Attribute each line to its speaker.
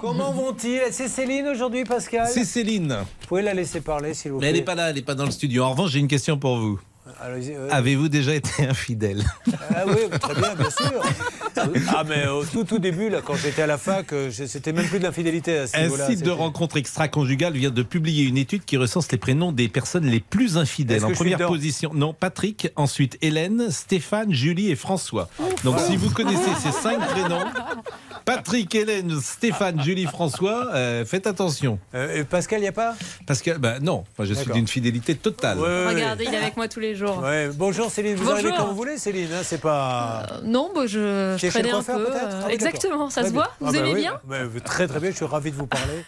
Speaker 1: Comment vont-ils C'est Céline aujourd'hui, Pascal
Speaker 2: C'est Céline.
Speaker 1: Vous pouvez la laisser parler, s'il vous
Speaker 2: Mais
Speaker 1: plaît.
Speaker 2: elle n'est pas là, elle n'est pas dans le studio. En revanche, j'ai une question pour vous.
Speaker 1: Allez-y, euh,
Speaker 2: Avez-vous déjà été infidèle
Speaker 1: Ah oui, très bien, bien sûr. Ah mais au tout, tout début, là, quand j'étais à la fac, euh, je- c'était même plus de l'infidélité à ce
Speaker 2: Un
Speaker 1: niveau-là.
Speaker 2: site de
Speaker 1: c'était-
Speaker 2: rencontre extra-conjugale vient de publier une étude qui recense les prénoms des personnes les plus infidèles.
Speaker 1: Est-ce
Speaker 2: En
Speaker 1: que je suis
Speaker 2: première
Speaker 1: dedans
Speaker 2: position, non, Patrick, ensuite Hélène, Stéphane, Julie et François. Donc si vous connaissez ces cinq prénoms, Patrick, Hélène, Stéphane, Julie, François, euh, faites attention.
Speaker 1: Euh, et Pascal, il n'y a pas
Speaker 2: Parce que, bah, non, moi, je suis
Speaker 1: D'accord.
Speaker 2: d'une fidélité totale.
Speaker 1: Ouais, ouais, ouais.
Speaker 3: Regardez, il est avec moi tous les jours.
Speaker 1: Euh, Ouais, Bonjour Céline, vous
Speaker 3: Bonjour.
Speaker 1: arrivez quand vous voulez Céline, hein, c'est pas...
Speaker 3: Euh, Non, bah, je,
Speaker 1: Chez
Speaker 3: je
Speaker 1: le
Speaker 3: traînais un
Speaker 1: coiffeur,
Speaker 3: peu. euh,
Speaker 1: peut-être Ah oui,
Speaker 3: exactement, ça
Speaker 1: Très
Speaker 3: se
Speaker 1: bien.
Speaker 3: voit. Vous
Speaker 1: Ah bah
Speaker 3: aimez
Speaker 1: oui,
Speaker 3: bien
Speaker 1: mais Très très bien, je suis ravi de vous parler.